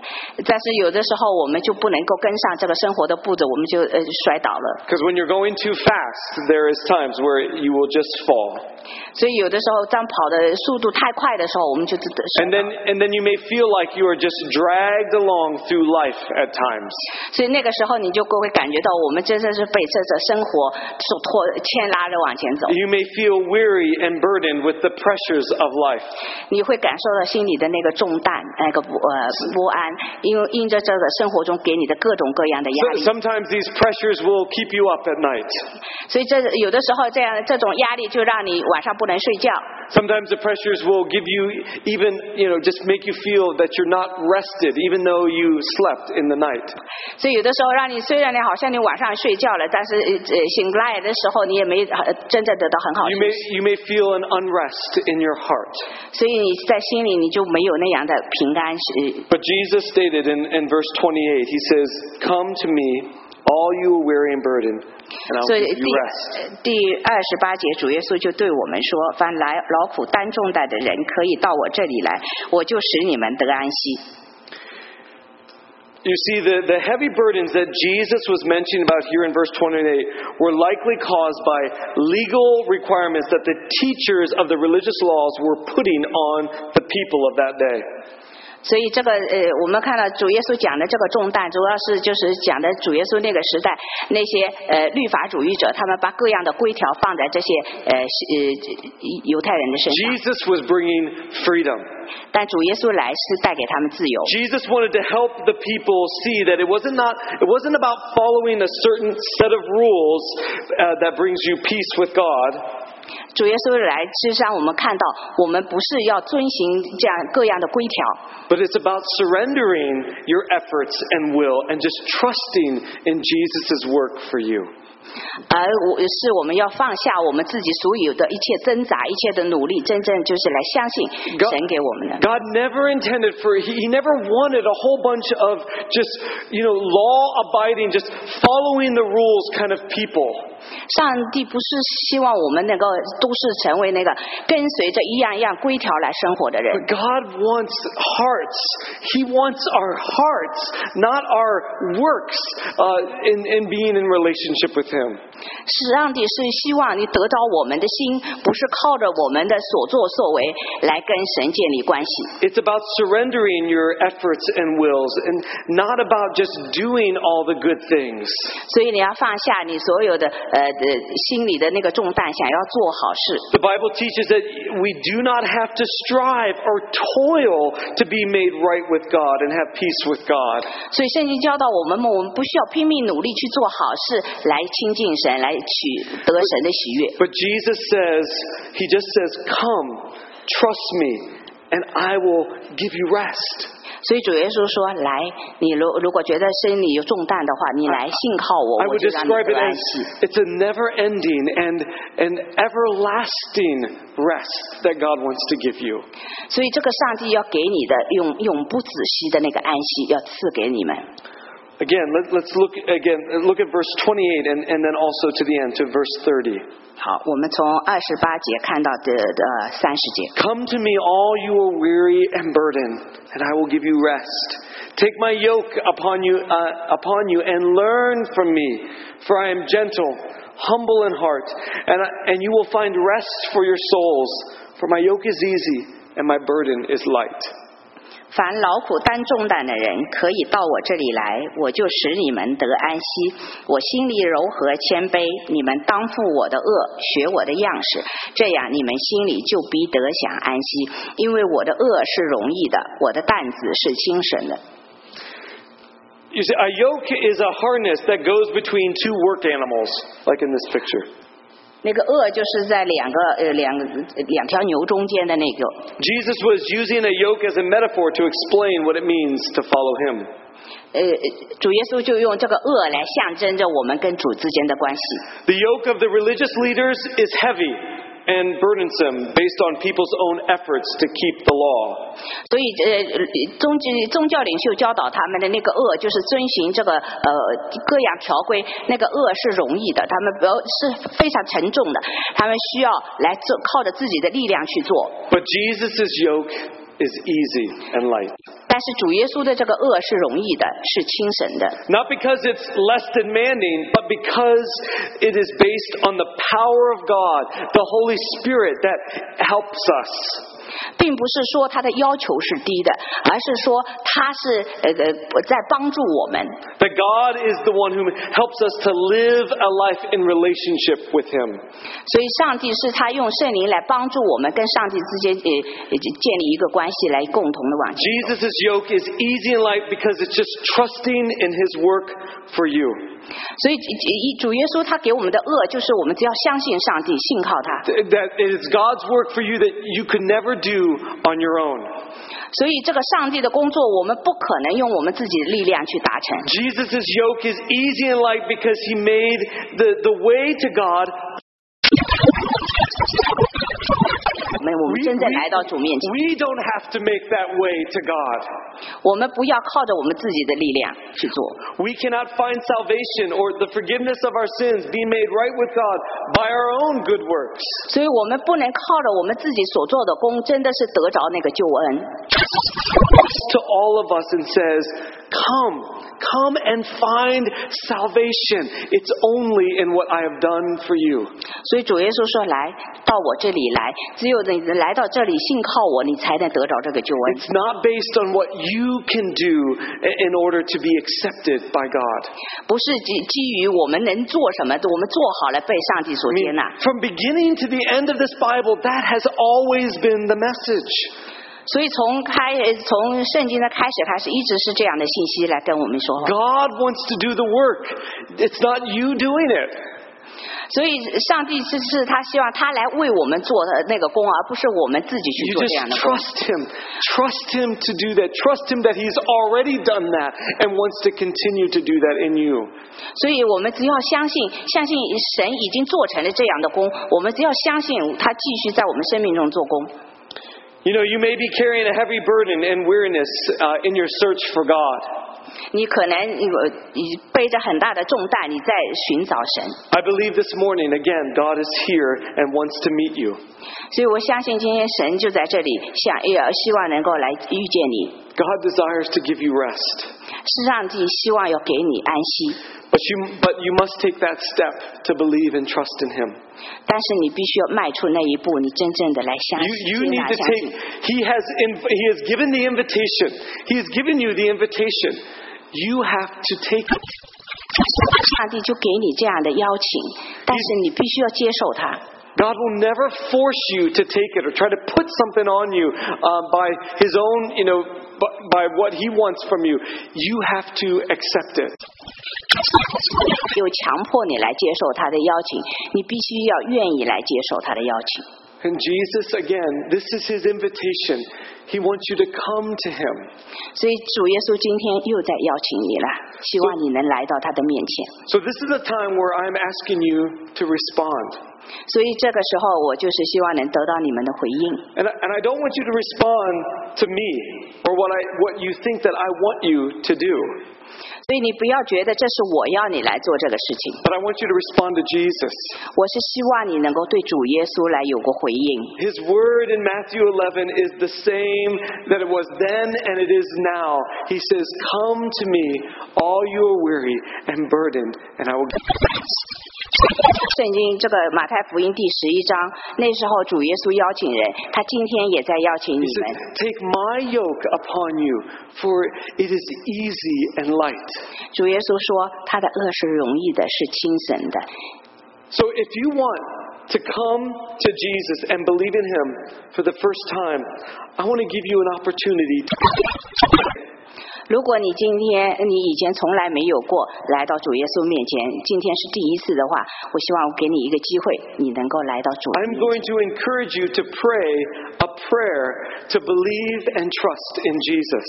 S2: 但是有的时候，我们就不能够跟上这个生活的步子，我们就呃摔倒了。
S1: Because when you're going too fast, there is times where you will just fall.
S2: 所以有的时候，当跑的速度太快的时候，我们就自
S1: And then, and then you may feel like you are just dragged along through life at times.
S2: 所以那个时候你就会感觉到，我们真正是被这这生活所拖牵拉着往前走，
S1: You may feel weary and burdened with the pressures of life.
S2: 你会感受到心里的那个重担，那个不呃不安，因为因着这个生活中给你的各种各样的压
S1: So,
S2: 力，
S1: sometimes these pressures will keep you up at night.
S2: 所以这有的时候这样这种压力就让你晚上不能睡觉，
S1: Sometimes the pressures will give you even, you know, just make you feel that you're not rested even though you slept in the night.
S2: 所以有的时候让你虽然你好像你晚上睡觉了，但是呃呃醒来的时候你也没呃真正得到很好
S1: You
S2: 休
S1: may,
S2: 息，
S1: you may feel an unrest in your heart.
S2: 所以你在心里你就没有那样的平安是
S1: But Jesus stated in, in verse 28, he says, Come to me, all you who are weary and burdened, and I'll
S2: 所以
S1: give
S2: 第
S1: you rest.
S2: 第二十八节，主耶稣就对我们说：“凡来劳苦担重担的人，可以到我这里来，我就使你们得安息。
S1: You see, the, the heavy burdens that Jesus was mentioning about here in verse 28 were likely caused by legal requirements that the teachers of the religious laws were putting on the people of that day. ”
S2: 所以这个呃，我们看到主耶稣讲的这个重担，主要是就是讲的主耶稣那个时代那些呃律法主义者，他们把各样的规条放在这些呃是呃犹太人的身上，
S1: Jesus was bringing freedom.
S2: 但主耶稣来是带给他们自由。
S1: Jesus wanted to help the people see that it wasn't not it wasn't about following a certain set of rules uh, that brings you peace with God.
S2: 主耶稣来是让我们看到，我们不是要遵行这样各样的规条，
S1: But it's about surrendering your efforts and will and just trusting in Jesus' work for you.
S2: 而我是我们要放下我们自己所有的一切挣扎、一切的努力，真正就是来相信
S1: God-
S2: 神给我们的。
S1: God never intended for, He, he never wanted a whole bunch of just, you know, law abiding, just following the rules kind of people.
S2: 上帝不是希望我们能够都是成为那个跟随着一样一样规条来生活的人，
S1: But God wants hearts. He wants our hearts, not our works uh, in, in being in relationship with Him.
S2: 是上帝是希望你得着我们的心，不是靠着我们的所作所为来跟神建立关系。
S1: It's about surrendering your efforts and wills and not about just doing all the good things.
S2: 所以你要放下你所有的呃呃心里的那个重担，想要做好事。
S1: The Bible teaches that we do not have to strive or toil to be made right with God and have peace with God.
S2: 所以圣经教导我们我们不需要拼命努力去做好事来亲近神，来取得神的喜悦。
S1: But Jesus says, He just says, Come, trust me, and I will give you rest.
S2: 所以主耶稣说：“来，你如如果觉得心里有重担的话，你来信靠我，
S1: I
S2: 我
S1: would
S2: 就让你
S1: describe
S2: 得
S1: it
S2: 安
S1: as
S2: 息。”
S1: it's a never ending and an everlasting rest that God wants to give you.
S2: 所以这个上帝要给你的永永不止息的那个安息，要赐给你们。
S1: Again, let, let's look again, look at verse 28 and, and then also to the end, to verse 30.
S2: 好，我们从二十八节看到的呃三十节。
S1: Come to me, all you are weary and burdened, and I will give you rest. Take my yoke upon you, uh, upon you, and learn from me, for I am gentle, humble in heart, and I- and you will find rest for your souls. For my yoke is easy, and my burden is light.
S2: 凡劳苦担重担的人，可以到我这里来，我就使你们得安息。我心里柔和谦卑，你们当负我的恶，学我的样式，这样你们心里就必得享安息。因为我的恶是容易的，我的担子是轻省的。
S1: You see, a yoke is a harness that goes between two work animals, like in this picture.
S2: 那个恶就是在两个呃两个呃两条牛中间的那个。
S1: Jesus was using a yoke as a metaphor to explain what it means to follow him.
S2: 呃，主耶稣就用这个恶来象征着我们跟主之间的关系。
S1: The yoke of the religious leaders is heavy and burdensome based on people's own efforts to keep the law.
S2: 所以呃，宗宗教领袖教导他们的那个恶，就是遵循这个呃各样条规，那个恶是容易的，他们不要是非常沉重的，他们需要来做靠着自己的力量去做。
S1: But Jesus' yoke is easy and light.
S2: 但是主耶稣的这个恶是容易的，是轻省的，
S1: Not because it's less demanding, but because it is based on the power of God, the Holy Spirit that helps us.
S2: 并不是呃说他的要求是低的，而是说他是呃呃在帮助我们。
S1: That God is the one who helps us to live a life in relationship with Him.
S2: 所以，上帝是他用圣灵来帮助我们跟上帝之间呃呃建立一个关系，来共同的往前。
S1: Jesus' yoke is easy and light because it's just trusting in His work for you.
S2: 所以，呃主耶稣他给我们的恶，就是我们只要相信上帝，信靠他。
S1: that it is God's work for you that you could never do on your own.
S2: 所以，这个上帝的工作，我们不可能用我们自己的力量去达成。
S1: Jesus' yoke is easy and light because he made the, the way to God.
S2: 我们我们真正来到主面前，
S1: We don't have to make that way to God.
S2: 我们不要靠着我们自己的力量去做。
S1: We cannot find salvation or the forgiveness of our sins being made right with God by our own good works.
S2: 所以我们不能靠着我们自己所做的功，真的是得着那个救恩。
S1: To all of us and says, Come, come and find salvation. It's only in what I have done for you.
S2: 所以主耶稣说：“来到我这里来，只有你来到这里信靠我，你才能得着这个救恩。
S1: It's not based on what you can do i- in order to be accepted by God.
S2: 不是基基于我们能做什么，我们做好了被上帝所
S1: I
S2: 接
S1: mean,
S2: 纳。
S1: from beginning to the end of this Bible, that has always been the message.
S2: 所以从开呃从圣经的开始开始，一直是这样的信息来跟我们说话。
S1: God wants to do the work. It's not you doing it.
S2: 所以上帝是是他希望他来为我们做的那个工，而不是我们自己去
S1: You
S2: 做这样的
S1: just
S2: 工。
S1: trust Him. Trust Him to do that. Trust Him that He's already done that and wants to continue to do that in you.
S2: 所以我们只要相信，相信神已经做成了这样的工，我们只要相信他继续在我们生命中做工。
S1: You know, you may be carrying a heavy burden and weariness uh, in your search for God.
S2: 你可能呃你背着很大的重担，你在寻找神。
S1: I believe this morning, again, God is here and wants to meet you.
S2: 所以我相信今天神就在这里，想也希望能够来遇见你。
S1: God desires to give you rest,
S2: 是上帝希望要给你安息，
S1: but you, but you must take that step to believe and trust in Him.
S2: 但是你必须要迈出那一步，你真正的来相
S1: You,
S2: 信
S1: you
S2: 接
S1: need
S2: 纳
S1: to
S2: 相
S1: take,
S2: 信。
S1: He has, in, He has given the invitation. He has given you the invitation. You have to take it.
S2: 上帝就给你这样的邀请，但是你必须要接受它。
S1: God will never force you to take it or try to put something on you uh, by His own, you know, by, by what He wants from you. You have to accept it.
S2: 又强迫你来接受他的邀请，你必须要愿意来接受他的邀请。
S1: And Jesus, again, this is his invitation. He wants you to come to him.
S2: 所以主耶稣今天又在邀请你了，希望你能来到他的面前。
S1: So, this is a time where I'm asking you to respond.
S2: 所以这个时候，我就是希望能得到你们的回应。
S1: And I, and I don't want you to respond to me or what, I, what you think that I want you to do,
S2: 所以你不要觉得这是我要你来做这个事情，
S1: but I want you to respond to Jesus.
S2: 我是希望你能够对主耶稣来有个回应。
S1: His word in Matthew 11 is the same that it was then and it is now. He says, Come to me, all you are weary and burdened, and I will give
S2: 圣经这个马太福音第十一章，那时候主耶稣邀请人，他今天也在邀请你
S1: He
S2: 们
S1: says, Take my yoke upon you, for it is easy and light.
S2: 主耶稣说，他的恶是容易的，是轻省的。
S1: So if you want to come to Jesus and believe in Him for the first time, I want to give you an opportunity. To,
S2: 如果你今天你以前从来没有过来到主耶稣面前，今天是第一次的话，我希望我给你一个机会，你能够来到主。
S1: I'm going to encourage you to pray a prayer to believe and trust in Jesus.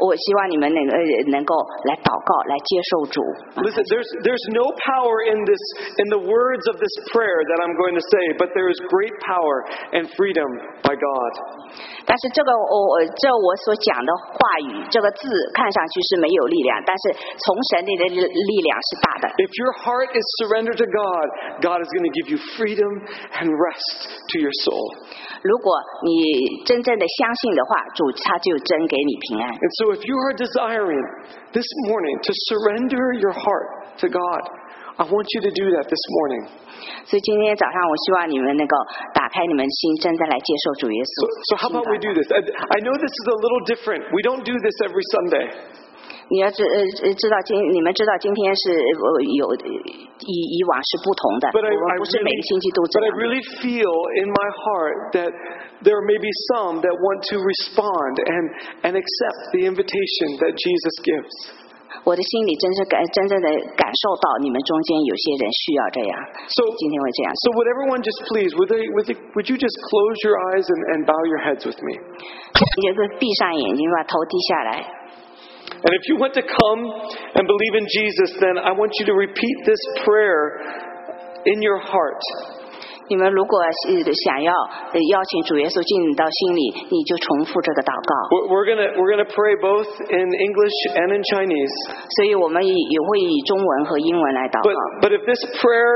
S2: 我希望你们能呃能够来祷告，来接受主。嗯
S1: Listen, there's, there's no power in, this, in the words of this prayer that I'm going to say, but there is great power and freedom by God.
S2: 但是这个我我这我所讲的话语，这个字看上去是没有力量，但是从神里的力力量是大的。
S1: If your heart is surrendered to God, God is going to give you freedom and rest to your soul.
S2: 如果你真正的相信的话，主他就真给你平安。
S1: And so, if you are desiring this morning to surrender your heart to God, I want you to do that this morning.
S2: 所以今天早上，我希望你们能够打开你们的心，真正来接受主耶
S1: So,
S2: 稣。
S1: so how about we do this? I, I know this is a little different. We don't do this every Sunday.
S2: 你要知呃呃知道今你们知道今天是呃有呃以以往是不同的，
S1: But I,
S2: 我
S1: I
S2: 们不是每
S1: really,
S2: 个星期都这
S1: but I
S2: 样。
S1: really feel in my heart that there may be some that want to respond and, and accept the invitation that Jesus gives.
S2: 我的心里真是感真正的感受到你们中间有些人需要这样，
S1: So,
S2: 今天会这样。
S1: So would everyone just please, would, they, would, they, would you just close your eyes and, and bow your heads with me?
S2: 你就是闭上眼睛，把头低下来。
S1: And if you want to come and believe in Jesus, then I want you to repeat this prayer in your heart.
S2: 你们如果是想要呃邀请主耶稣进你到心里，你就重复这个祷告。
S1: We're, we're going to we're gonna pray both in English and in Chinese.
S2: 所以我们也也会以中文和英文来祷
S1: But,
S2: 告。
S1: but if this prayer,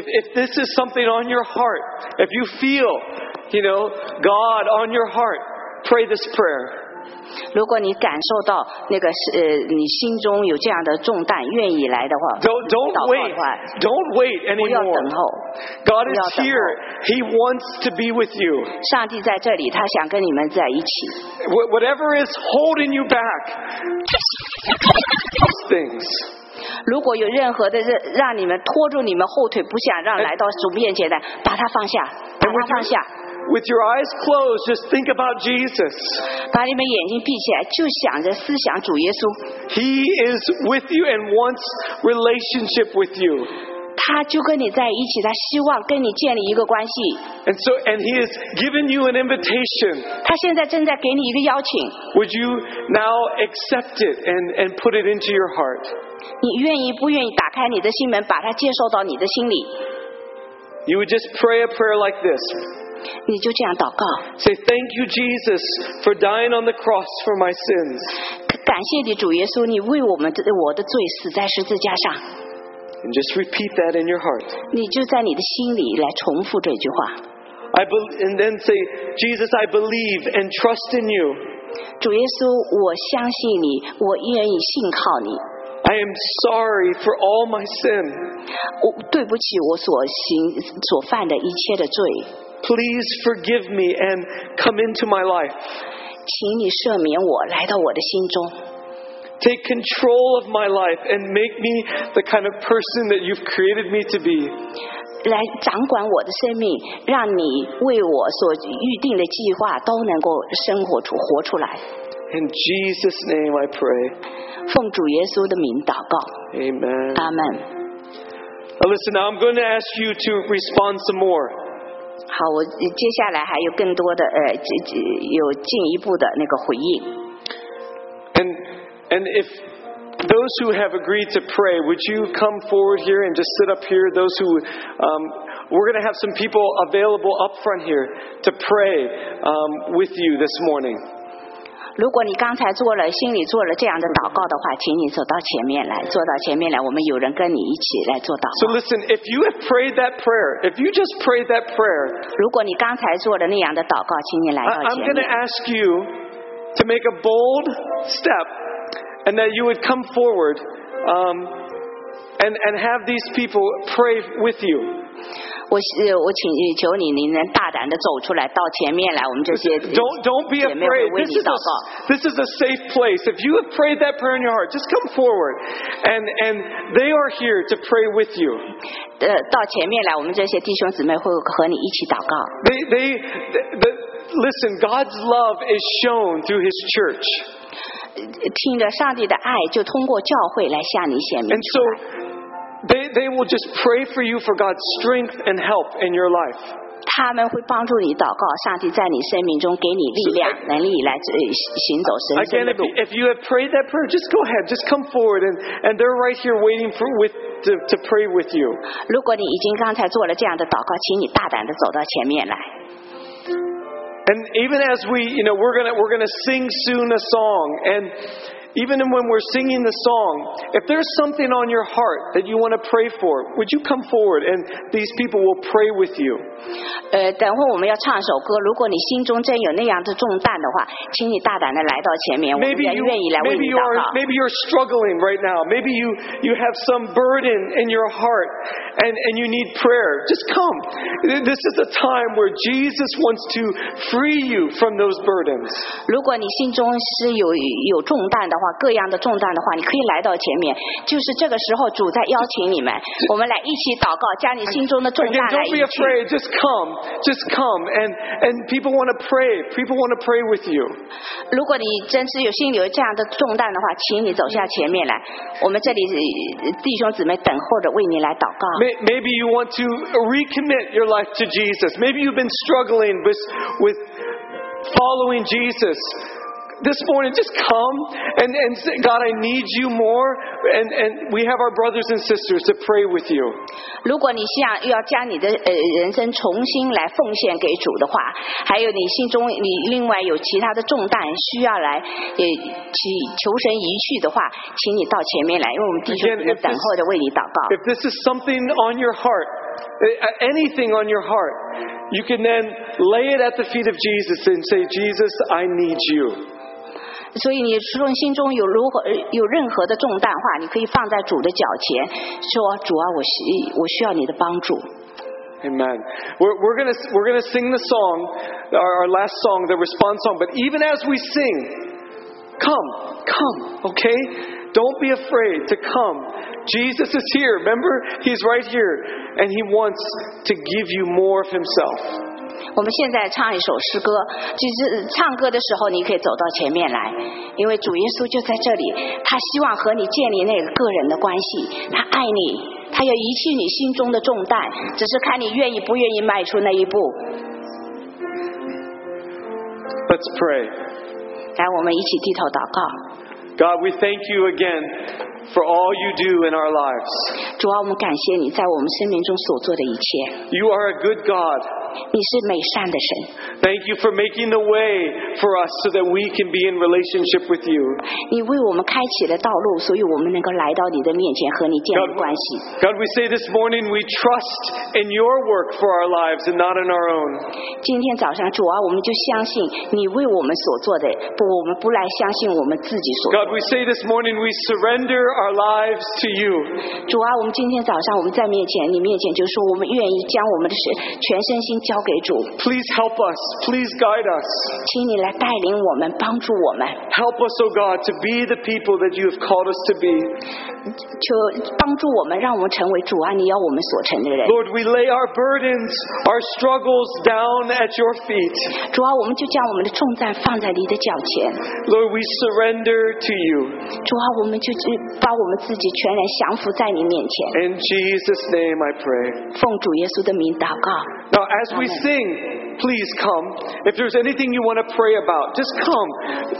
S1: if, if this is something on your heart, if you feel, you know, God on your heart, pray this prayer.
S2: 如果你感受到那个是呃你心中有这样的重担，愿意来的话，
S1: Don't, don't
S2: 祷告
S1: wait.
S2: 的话，
S1: Don't wait
S2: 不要等
S1: anymore.
S2: 候。
S1: God is
S2: Without the
S1: here. He wants to be with you.
S2: 上帝在这里，他想跟你们在一起。
S1: Wh- Whatever is holding you back, those things.
S2: 如果有任何的让让你们拖住你们后腿，不想让来到主面前的，把它放下，把它放下，
S1: With your eyes closed, just think about Jesus.
S2: 把你们眼睛闭起来，就想着思想主耶稣，
S1: He is with you and wants relationship with you.
S2: 他就跟你在一起，他希望跟你建立一个关系。
S1: And so, and He has given you an invitation.
S2: 他现在正在给你一个邀请，
S1: Would you now accept it and, and put it into your heart?
S2: 你愿意不愿意打开你的心门，把它接受到你的心里？
S1: You would just pray a prayer like this.
S2: 你就这样祷告，
S1: Say, thank you, Jesus, for dying on the cross for my sins.
S2: 感谢你主耶稣，你为我们的我的罪死在十字架上。
S1: And just repeat that in your heart.
S2: 你就在你的心里来重复这句话：
S1: I bel and then say, Jesus, I believe and trust in you.
S2: 主耶稣，我相信你，我愿意信靠你。
S1: I am sorry for all my sin.
S2: 我对不起我所行所犯的一切的罪，
S1: Please forgive me and come into my life.
S2: 请你赦免我，来到我的心中，
S1: Take control of my life and make me the kind of person that you've created me to be.
S2: 来掌管我的生命，让你为我所预定的计划都能够生活出活出来。
S1: In Jesus' name I pray.
S2: 奉主耶稣的名祷告，嗯
S1: Amen.
S2: 阿门。
S1: Now listen, now I'm going to ask you to respond some more.
S2: 好，我接下来还有更多的呃，这这有进一步的那个回应。
S1: And, and if those who have agreed to pray, would you come forward here and just sit up here? Those who, um, we're going to have some people available up front here to pray um, with you this morning.
S2: 如果你刚才做了心里做了这样的祷告的话，请你走到前面来，坐到前面来，我们有人跟你一起来做祷
S1: So
S2: 告。
S1: listen, if you have prayed that prayer, if you just prayed that prayer,
S2: 如果你刚才做了那样的祷告，请你来
S1: I,
S2: 到
S1: I'm
S2: 前
S1: going
S2: 面
S1: to。ask you to make a bold step and that you would come forward um, and, and have these people pray with you.
S2: 我是我请求你，你能大胆的走出来，到前面来，我们 这些
S1: Don't, don't be
S2: 姐妹会
S1: afraid.
S2: 为
S1: This
S2: 你
S1: is,
S2: 祷
S1: a,
S2: 告。
S1: this is a safe place. If you have prayed that prayer in your heart, just come forward. And, and they are here to pray with you.
S2: 呃，到前面来，我们这些弟兄姊妹会和你一起祷告。
S1: They, they, the, the, listen, God's love is shown through His church.
S2: 呃听着上帝的爱，就通过教会来向你显明
S1: And。so they, they will just pray for you for God's strength and help in your life.
S2: 他们会帮助你祷告，上帝在你生命中给你力量、能力来呃行走神圣
S1: Again,
S2: 的
S1: if,
S2: 路。
S1: if you have prayed that prayer, just go ahead, just come forward, and, and they're right here waiting for with to, to pray with you.
S2: 如果你已经刚才做了这样的祷告，请你大胆的走到前面来。
S1: And even as we, you know, we're gonna we're gonna sing soon a song, and even when we're singing the song, if there's something on your heart that you want to pray for, would you come forward and these people will pray with you?
S2: 呃，等会我们要唱首歌，如果你心中真有那样的重担的话，请你大胆的来到前面，我们
S1: Maybe
S2: 愿
S1: you,
S2: 愿意来为
S1: maybe you
S2: 你祷
S1: are
S2: 告。
S1: maybe you're struggling right now. Maybe you you have some burden in your heart and, and you need prayer. Just come. This is a time where Jesus wants to free you from those burdens.
S2: 如果你心中是有有重担的话，各样的重担的话，你可以来到前面。就是这个时候，主在邀请你们，我们来一起祷告，将你心中的重
S1: Again,
S2: 担来
S1: don't
S2: 移
S1: be
S2: 去。
S1: afraid. Just come. Just come. And and people want to pray. People want to pray with you.
S2: 如果你真是有心里有这样的重担的话，请你走向前面来。我们这里呃弟兄姊妹等候着为你来祷告。
S1: May- Maybe you want to recommit your life to Jesus. Maybe you've been struggling with, with following Jesus. This morning, just come and, and say, God, I need you more. And, and we have our brothers and sisters to pray with you.
S2: 如果你想要将你的呃人生重新来奉献给主的话，还有你心中你另外有其他的重担需要来呃祈求神移去的话，请你到前面来，因为我们弟兄姊
S1: Again,
S2: 妹
S1: if this-
S2: 等候着为你祷告。
S1: If this is something on your heart, eh, anything on your heart, you can then lay it at the feet of Jesus and say, Jesus, I need you.
S2: 所以你说心中有如何呃有任何的重担的话，你可以放在主的脚前，说主啊，我需我需要你的帮助。
S1: Amen. We're, we're gonna we're gonna sing the song, our, our last song, the response song. But even as we sing, come, come, okay? Don't be afraid to come. Jesus is here. Remember, He's right here, and He wants to give you more of Himself.
S2: 我们现在唱一首诗歌，就是唱歌的时候，你可以走到前面来，因为主耶稣就在这里，他希望和你建立那个个人的关系，他爱你，他要移去你心中的重担，只是看你愿意不愿意迈出那一步。
S1: Let's pray.
S2: 来，我们一起低头祷告，
S1: God, we thank you again for all you do in our lives.
S2: 主啊，我们感谢你在我们生命中所做的一切，
S1: You are a good God.
S2: 你是美善的神，
S1: Thank you for making the way for us so that we can be in relationship with you.
S2: 你为我们开启了道路，所以我们能够来到你的面前和你建
S1: God,
S2: 立关系。
S1: God, we say this morning we trust in your work for our lives and not in our own.
S2: 今天早上，主啊，我们就相信你为我们所做的，不，我们不来相信我们自己所做
S1: God, we say this morning we surrender our lives to you.
S2: 的。主啊，我们今天早上我们在面前，你面前就说，我们愿意将我们的身全身心交给主，
S1: Please help us. Please guide us.
S2: 请你来带领我们，帮助我们，
S1: Help us, oh God, to be the people that you have called us to be.
S2: 求帮助我们，让我们成为主啊你要我们所成的人。
S1: Lord, we lay our burdens, our struggles down at your feet.
S2: 主啊，我们就将我们的重担放在你的脚前。
S1: Lord, we surrender to you.
S2: 主啊，我们就把我们自己全然降服在你面前。
S1: In Jesus' name I pray.
S2: 奉主耶稣的名祷告。
S1: Now, as we
S2: Amen.
S1: sing, please come. If there's anything you want to pray about, just come.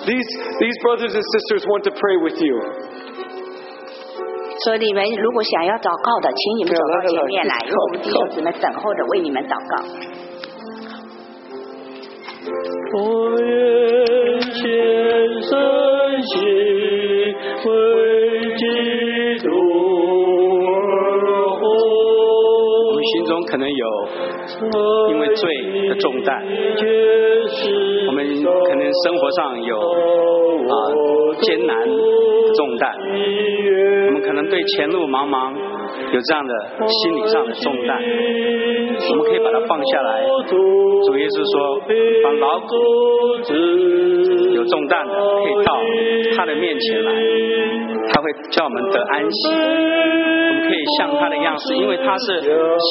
S1: These, these brothers and sisters want to pray with you.
S2: 所以你们如果想要祷告的，请你们走到前面来，因为我们弟兄姊妹等候着为你们祷告。
S3: 我愿献身心为基督而
S4: 我
S3: 活
S4: 们。心中可能有，因为罪的重担我们可能生活上有啊艰难的重担，我们可能对前路茫茫有这样的心理上的重担，我们可以把它放下来。主耶稣说，把劳苦有重担的可以到他的面前来，他会叫我们得安息。我们可以像他的样式，因为他是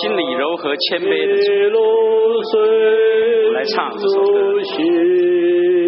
S4: 心里柔和谦卑的主。
S3: 一路随
S4: 我们来唱这首歌。
S3: 主心。